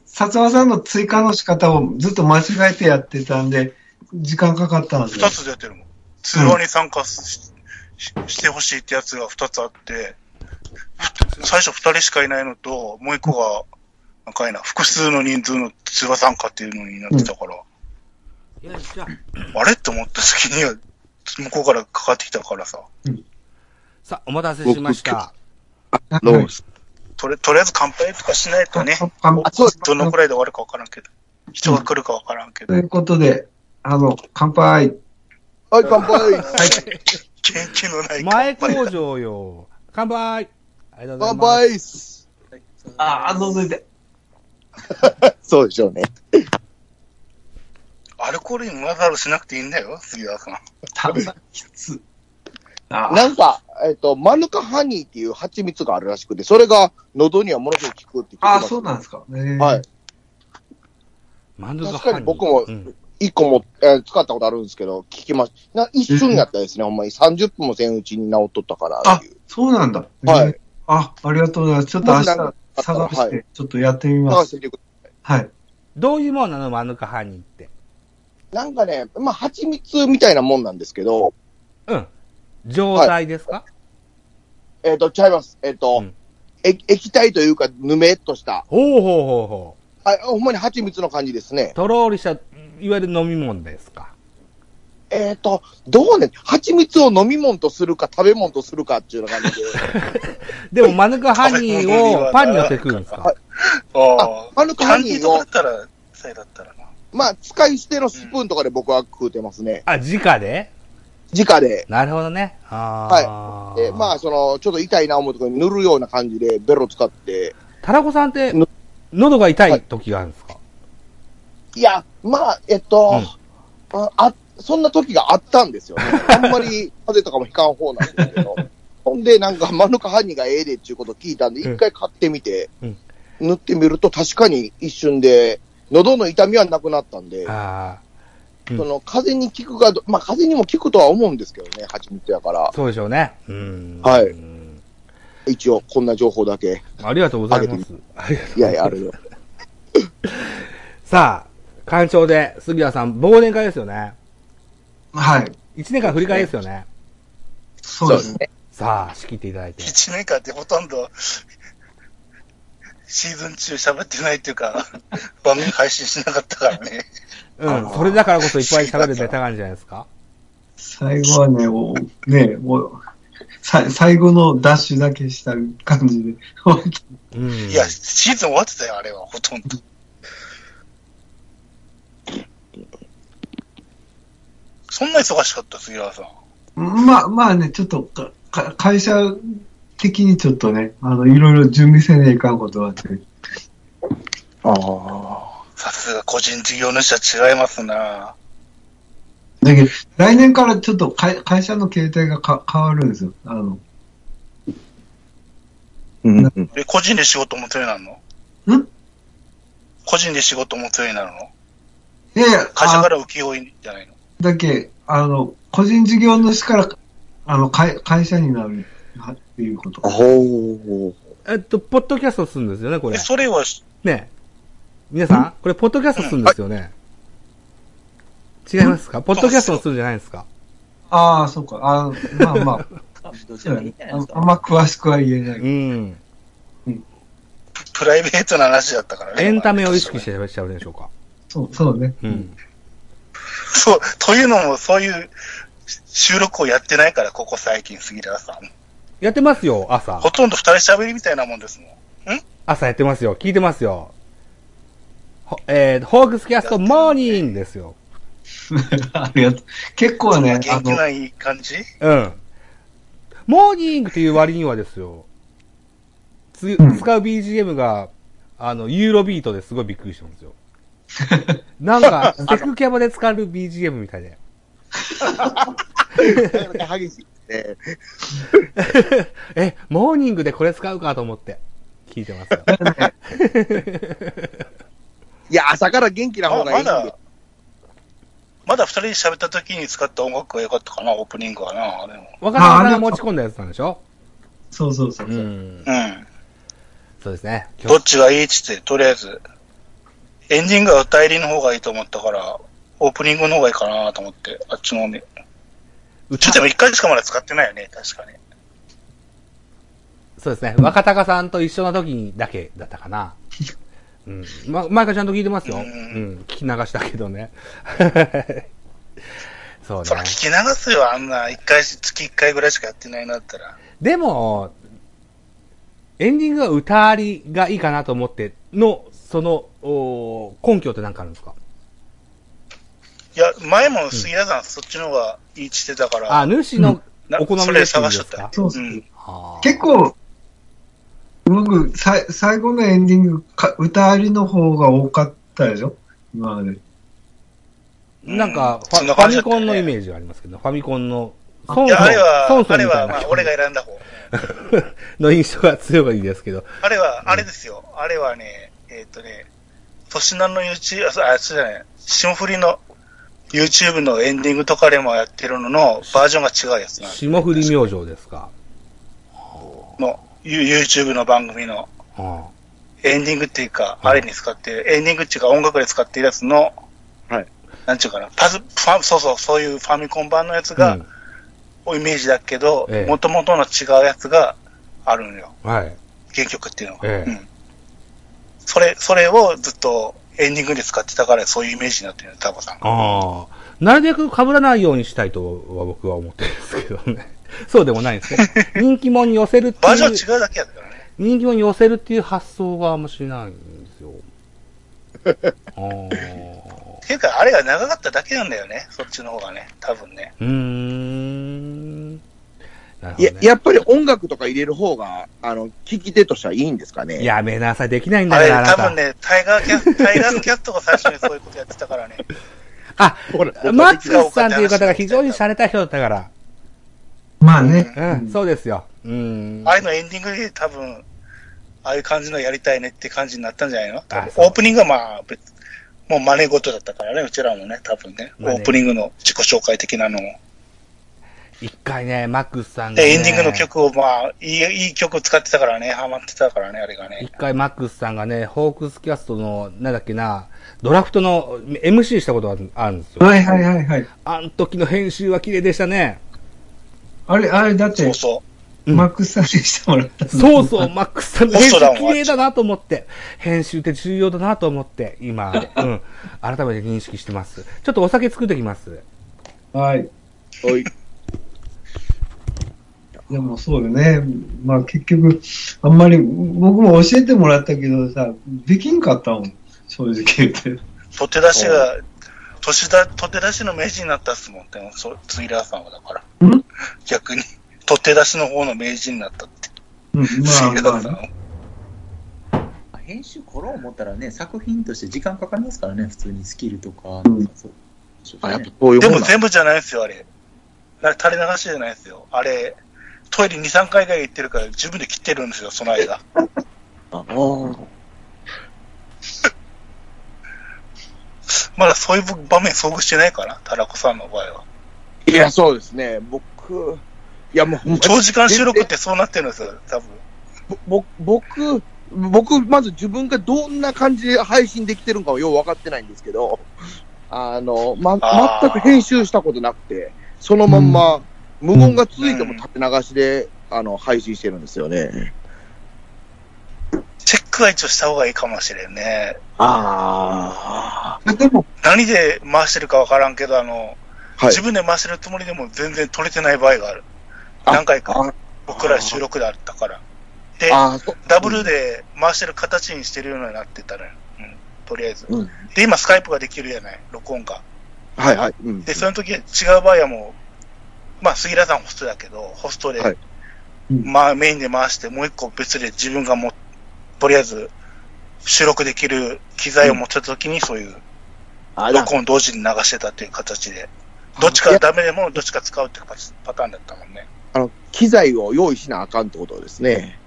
Speaker 1: 薩摩さんの追加の仕方をずっと間違えてやってたんで、時間かかったんで。
Speaker 6: 二つ出てるもん。通話に参加し,し、してほしいってやつが二つあって、最初二人しかいないのと、もう一個が、なんかいな、複数の人数の通話参加っていうのになってたから、
Speaker 2: よいしょ。
Speaker 6: あれって思った時には、向こうからかかってきたからさ、
Speaker 2: さあ、お待たせしました。
Speaker 1: はい
Speaker 4: どうもです
Speaker 6: とりとりあえず乾杯とかしな いとね、
Speaker 1: 乾杯
Speaker 4: あそうです
Speaker 6: どのくらいで終わるかわからんけど、人が来るかわからんけ
Speaker 1: と
Speaker 6: ど、
Speaker 1: いうことで、あの、乾杯。
Speaker 4: はい、乾杯。
Speaker 6: 元気のない
Speaker 2: 前
Speaker 6: 乾杯
Speaker 2: 工場よ。乾杯ありがとうござい
Speaker 4: 乾
Speaker 2: ます。
Speaker 4: 杯。
Speaker 1: あ、あの、飲んでて。
Speaker 4: そうでしょうね。
Speaker 6: アルコールに混ざるしなくていいんだよ、杉田さん。
Speaker 1: ただきつ。ああ、
Speaker 4: なんか、えっ、と、マヌカハニーっていう蜂蜜があるらしくて、それが喉にはものすごく効くって聞き
Speaker 1: あ
Speaker 4: ま
Speaker 1: あ
Speaker 4: す。
Speaker 1: そうなんですか。えー
Speaker 4: はい。
Speaker 2: マンドゥが
Speaker 4: 確かに僕も
Speaker 2: うん
Speaker 4: 一個も、えー使ったことあるんですけど、聞きます。な一瞬やったですね、ほんまに。30分もせんうちに治っとったからっていう。
Speaker 1: そうなんだ。
Speaker 4: はい
Speaker 1: えーあ、ありがとうございます。ちょっと明日探し
Speaker 4: は
Speaker 1: て、ちょっとやってみま
Speaker 4: 探し
Speaker 1: す。
Speaker 4: てみてくだ
Speaker 1: はい。
Speaker 2: どういうもんなのマヌカハニーって。
Speaker 4: さいなんかね、まあ、蜂蜜みたいなもんなんですけど、
Speaker 2: うん。錠剤ですか、
Speaker 4: えっ、と、ちゃいます。えっ、と、
Speaker 2: うん
Speaker 4: え液体というか、ぬめっとした。
Speaker 2: ほうほうほうほう。
Speaker 4: はい、ほんまに蜂蜜の感じですね。
Speaker 2: とろーりした、いわゆる飲み物ですか。
Speaker 4: えっ、と、どうね、蜂蜜を飲み物とするか、食べ物とするかっていうような感じで。
Speaker 2: でもマヌカハニー をパンに乗せて食うんですか
Speaker 6: あ
Speaker 4: あ、マヌ
Speaker 6: あ。
Speaker 4: カハ
Speaker 6: 感
Speaker 4: ニ
Speaker 6: じ
Speaker 4: ー
Speaker 6: とかだ
Speaker 4: を
Speaker 6: っ、たら、さえだったらな。
Speaker 4: まあ、使い捨てのスプーンとかで僕は食うてますね。
Speaker 2: あ、直で
Speaker 4: 直で。
Speaker 2: なるほどね。あ
Speaker 4: はで、まあ、
Speaker 2: あ。
Speaker 4: その、ちょっと痛いな思うとこに塗るような感じで、ベロ使って。
Speaker 2: タラコさんって
Speaker 4: の、
Speaker 2: 喉が痛い時があるんですか、
Speaker 4: いや、まあ、えっと、ああ、そんな時があったんですよね。あんまり 風邪とかもひかん方なんですけど。ほんで、なんか、マヌカハニーがええでっていうことを聞いたんで、
Speaker 2: うん
Speaker 4: 一回買ってみて、
Speaker 2: うん
Speaker 4: 塗ってみると確かに一瞬で、喉の痛みはなくなったんで、
Speaker 2: あうん
Speaker 4: その、風邪に効くかど、まあ、風邪にも効くとは思うんですけどね、蜂蜜やから
Speaker 2: あ、。そうでしょうね。うん。
Speaker 4: はい
Speaker 2: うん
Speaker 4: 一応、こんな情報だけ。
Speaker 2: ありがとうございます。ありがとうございます
Speaker 4: いやいや、あるよ。
Speaker 2: さあ、干潮で、杉田さん、忘年会ですよね。
Speaker 1: はい。
Speaker 2: 一年間振り返りですよね。
Speaker 1: そうですね。
Speaker 2: さあ、仕切っていただいて。
Speaker 6: 1年間ってほとんど、シーズン中喋ってないっていうか、番組配信しなかったからね。
Speaker 2: うん。それだからこそいっぱい喋るネタがあるんじゃないですか。
Speaker 1: 最後はね、おねおさ最後のダッシュだけした感じで。
Speaker 2: うん。
Speaker 6: いや、シーズン終わってたよ、あれは、ほとんど。そんな忙しかった、杉原さん。
Speaker 1: まあまあね、ちょっとかか会社的にちょっとね、あの、いろいろ準備せねえかんことはあって、
Speaker 6: さすが個人事業主は違いますな
Speaker 1: だけど、来年からちょっと会会社の形態がか変わるんですよ。あの、
Speaker 3: うん。
Speaker 6: で、個人で仕事もするようになるの
Speaker 1: ん
Speaker 6: 個人で仕事もするようになるの
Speaker 1: いやいや、
Speaker 6: 会社
Speaker 1: あ
Speaker 6: から請負いじゃないの
Speaker 1: だけ、あの、個人事業主から、あの、会会社になるはっていうこと。
Speaker 3: ほ う。
Speaker 2: えっと、ポッドキャストするんですよね、こ
Speaker 6: え、
Speaker 2: れ。
Speaker 6: それは、
Speaker 2: ねえ皆さん、これ、ポッドキャストするんですよね。違いますかポッドキャストをするんじゃないですか
Speaker 1: ああ、そうか。あーまあまあ、
Speaker 5: どっち
Speaker 1: そう
Speaker 5: も
Speaker 1: や
Speaker 5: いい
Speaker 1: ね
Speaker 5: んじゃない
Speaker 1: あ
Speaker 5: です
Speaker 1: のあ
Speaker 5: か。
Speaker 1: んま詳しくは言えな
Speaker 2: う
Speaker 1: い。
Speaker 2: ん。
Speaker 6: プライベートな話だったからね。
Speaker 2: エンタメを意識して喋るんでしょうか
Speaker 1: そう、そうね。
Speaker 2: うん。
Speaker 6: そう、というのも、そういう収録をやってないから、ここ最近、杉浦さん。
Speaker 2: やってますよ、朝
Speaker 6: ほ。とんど二人喋りみたいなもんですもん。
Speaker 2: 朝やってますよ。聞いてますよ。ほえー、ホークスキャストモーニングですよ。
Speaker 1: ありがとう。結構ね、あ
Speaker 6: 元気
Speaker 1: の、
Speaker 6: ない感じ
Speaker 2: うん。モーニングっていう割にはですよ、つ
Speaker 1: うん
Speaker 2: 使う BGM が、あの、ユーロビートですごいびっくりしたんですよ。 なんか、セクキャバで使う BGM みたいで。
Speaker 4: 激しいですね。
Speaker 2: え、モーニングでこれ使うかと思って、聞いてますよ。
Speaker 4: いや、朝から元気な方
Speaker 6: ま
Speaker 4: がいい
Speaker 6: ま
Speaker 4: んで
Speaker 6: だ。、まだ二人で喋った時に使った音楽が良かったかな、オープニングはな、でも。
Speaker 2: 若菜さんが持ち込んだやつなんでしょ
Speaker 1: そうそうそうう。
Speaker 2: ん。
Speaker 6: うん。
Speaker 2: そうですね。今
Speaker 6: どっ
Speaker 2: 日、
Speaker 6: ちがいいっつって、とりあえず、エンディングは歌い入りの方がいいと思ったから、オープニングの方がいいかなと思って、あっちのね。うちでも一回しかまだ使ってないよね、確かに。
Speaker 2: そうですね。若隆さんと一緒の時にだけだったか な。うん。ま、毎回ちゃんと聞いてますよ。う
Speaker 6: うん
Speaker 2: ん。聞き流したけどね。 そうね
Speaker 6: そ。ら聞き流すよ、あんな。一回し、月一回ぐらいしかやってないんだったら。
Speaker 2: でも、エンディングは歌ありがいいかなと思っての、その、おー根拠って何かあるんですか
Speaker 6: いや、前も杉田さん、そっちの方がいいっつってたから。
Speaker 2: あ、主の
Speaker 6: な
Speaker 2: お好み
Speaker 6: そ
Speaker 2: で
Speaker 6: れ
Speaker 2: っていうん
Speaker 6: 探
Speaker 2: で
Speaker 6: しと
Speaker 2: す
Speaker 6: っ
Speaker 2: か
Speaker 6: た。
Speaker 1: そう
Speaker 6: う
Speaker 1: そう。
Speaker 6: ん。
Speaker 2: あー
Speaker 1: 結構、僕、さい最後のエンディングか、歌ありの方が多かったでしょ今まで。
Speaker 2: なんかファ、
Speaker 6: そんな
Speaker 2: ファ
Speaker 6: 感じだ
Speaker 2: ミ
Speaker 6: っ
Speaker 2: コ
Speaker 6: たね
Speaker 2: ンのイメージがありますけど、ファミコンの、
Speaker 6: いや、あれは、あれは、まあ、俺
Speaker 2: 俺
Speaker 6: が選んだ方。
Speaker 2: の印象が強いがいいですけど、
Speaker 6: あれは、あれですよ。あれはね、えーっ、とね、年南の YouTube、あ、そうあそうじゃない、霜降りの YouTube のエンディングとかでもやってるののバージョンが違うやつなんです
Speaker 2: 霜降り明星ですか。
Speaker 6: の、You- YouTube の番組の
Speaker 2: あ
Speaker 6: エンディングっていうか、
Speaker 2: うん
Speaker 6: あれに使ってる、エンディングっていうか音楽で使ってるやつの、
Speaker 3: はい。
Speaker 6: なんちゅうかな、パズ、ファそうそう、そういうファミコン版のやつ
Speaker 2: あ
Speaker 6: が、
Speaker 2: うん
Speaker 6: イメージだけど
Speaker 2: ええ、
Speaker 6: もともとの違うやつがあるのよ。
Speaker 2: はい。
Speaker 6: 原曲っていうのが。
Speaker 2: ええ
Speaker 6: うん。それ、それをずっとエンディングで使ってたから、そういうイメージになってるのよ、タコさん。
Speaker 2: ああ。なるべく被らないようにしたいとは僕は思ってるんですけどね。 そうでもないんですね。 人気者に寄せるって
Speaker 6: バージ
Speaker 2: いう、
Speaker 6: ョン違うだけやったからね。
Speaker 2: 人気者に寄せるっていう発想があんましないんです よ。ああ。
Speaker 6: っていうか、あれが長かっただけなんだよね、そっちの方がね、多分ね。
Speaker 2: うーん。なるほど、
Speaker 4: や
Speaker 2: ね。、
Speaker 4: やっぱり音楽とか入れる方が、あの、聞き手としてはいいんですかね。
Speaker 2: やめなさい、できないんだ
Speaker 6: あ
Speaker 2: か
Speaker 6: れ、
Speaker 2: ら、あな
Speaker 6: 多分
Speaker 2: た。
Speaker 6: ね、タイガーキャスト、タイガーキャストが最初にそういうことやってたからね。
Speaker 2: あ、
Speaker 4: ほら、
Speaker 2: マッツーさんという方が非常に洒落た人だったから。
Speaker 1: まあね。
Speaker 2: うん、そうですよ。うん。
Speaker 6: あれのエンディングで多分、ああいう感じのやりたいねって感じになったんじゃないの多分
Speaker 2: そう
Speaker 6: オープニングはまあ、別もう真似事だったからね、うちらもね、多分ね。オ
Speaker 2: 真似
Speaker 6: ープニングの自己紹介的なのを。
Speaker 2: 一回ね、マックスさんが、
Speaker 6: で、
Speaker 2: ね。
Speaker 6: エンディングの曲をまあ、いい、いい曲使ってたからね、ハマってたからね、あれがね
Speaker 2: 一。回マックスさんがね、ホークスキャストの、なんだっけな、ドラフトの MC したことがあるあるんですよ。
Speaker 1: はいはいはいはい。
Speaker 2: あの時の編集は綺麗でしたね。
Speaker 1: あれ、あれ、だっ
Speaker 6: そ
Speaker 1: て
Speaker 6: う、そ
Speaker 2: うん
Speaker 1: マックスさんにしてもらったんだ
Speaker 2: そうそう、マックスさんの編集
Speaker 6: ホストだもん
Speaker 2: 綺麗だなと思って、編集って重要だなと思って、今、うん、改めて認識してます。ちょっとお酒作ってきます。
Speaker 1: はい。
Speaker 4: おい
Speaker 1: でもそうよね。まあ結局、あんまり、僕も教えてもらったけどさ、できんかったもん。正直言って。
Speaker 6: う。取って出しが、年だ、取って出しの名人になったっすもんって、そツイラーさんはだから。
Speaker 1: ん
Speaker 6: 逆に、取って出しの方の名人になったって。
Speaker 1: うん、
Speaker 6: ツイラ
Speaker 1: まあ
Speaker 6: ーさん
Speaker 1: まあ、
Speaker 6: は。
Speaker 5: 編集来ろう思ったらね、作品として時間かかりますからね、普通にスキルとか、
Speaker 1: うん
Speaker 5: なんかそう。
Speaker 4: あ、やっぱそういう
Speaker 6: で
Speaker 4: も
Speaker 6: も
Speaker 4: んなん
Speaker 6: 全部じゃないですよ、あれ。あれ垂れ流しじゃないですよ。あれ、トイレ2、3回ぐらい行ってるから自分で切ってるんですよ、その間。
Speaker 4: あー
Speaker 6: まだそういう場面遭遇してないかな、タラコさんの場合は。
Speaker 4: いや、そうですね。僕、いや、もうほんま、
Speaker 6: 長時間収録ってそうなってるんですよ、多分。
Speaker 4: ぼ僕、僕、まず自分がどんな感じで配信できてるのかはよう分かってないんですけど、あの、ま
Speaker 6: あー、
Speaker 4: 全く編集したことなくて、そのまんま、無言が続いても縦流しで、あの、配信してるんですよね。
Speaker 6: チェックは一応した方がいいかもしれんね。
Speaker 4: あ
Speaker 1: でも、
Speaker 6: 何で回してるかわからんけど、あの、
Speaker 4: あ、はい
Speaker 6: 自。分で回してるつもりでも全然撮れてない場合がある。
Speaker 4: あ
Speaker 6: 何回か
Speaker 4: あ
Speaker 6: 僕ら収録であったから。で、
Speaker 4: あーそ
Speaker 6: ダブルで回してる形にしてるようになってたのよ。うん、とりあえず。
Speaker 4: うん
Speaker 6: で、今スカイプができるじゃない、録音が。
Speaker 4: はいはい。うん
Speaker 6: で、その時違う場合はもう、まあ、杉浦さんホストだけど、ホストで、
Speaker 4: はい
Speaker 1: うん
Speaker 6: まあ、メインで回して、もう一個別で自分がもう、とりあえず、収録できる機材を持った時に、そういう、
Speaker 4: あだ
Speaker 6: 録音同時に流してたっていう形で、どっちかダメでも、どっちか使うっていうパパターンだったもんね。
Speaker 4: あの、機材を用意しなあかんってことですね。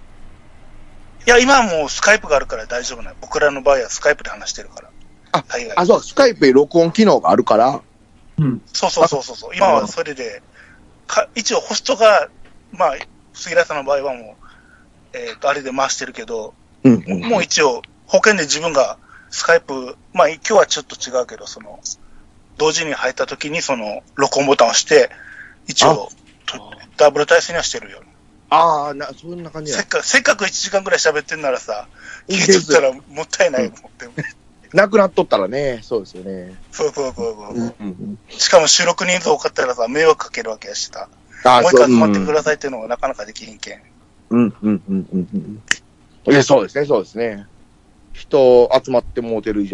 Speaker 6: いや、今はもうスカイプがあるから大丈夫なの。僕らの場合はスカイプで話してるから。
Speaker 4: あ
Speaker 6: 大概
Speaker 4: あ、そう、スカイプに録音機能があるから、
Speaker 1: うん。
Speaker 6: そうそうそうそうそう。今はそれで、か一応ホストが、まあ、杉浦さんの場合はもう、えっ、と、あれで回してるけど、
Speaker 4: うん、うん。
Speaker 6: もう一応、保険で自分がスカイプ、まあ今日はちょっと違うけど、その、同時に入った時にその、録音ボタンを押して、一応、とダブル体制にはしてるよ。
Speaker 4: ああ、な、そんな感じ
Speaker 6: せ
Speaker 4: な
Speaker 6: っかせっかく1時間ぐらい喋ってんならさ、聞いとったらもったいないもんって。
Speaker 4: なくなっとったらね、そうですよね。
Speaker 6: そうそうそうそう。
Speaker 4: ん。
Speaker 6: しかも収録人数多かったらさ、迷惑かけるわけやしさ。
Speaker 4: あ
Speaker 6: もう一
Speaker 4: そう
Speaker 6: 回集まってくださいっていうのがなかなかできへんけん。
Speaker 4: うん、うん、うん、うん。うんいやそうですね、そうですね。人集まってもうてる以上。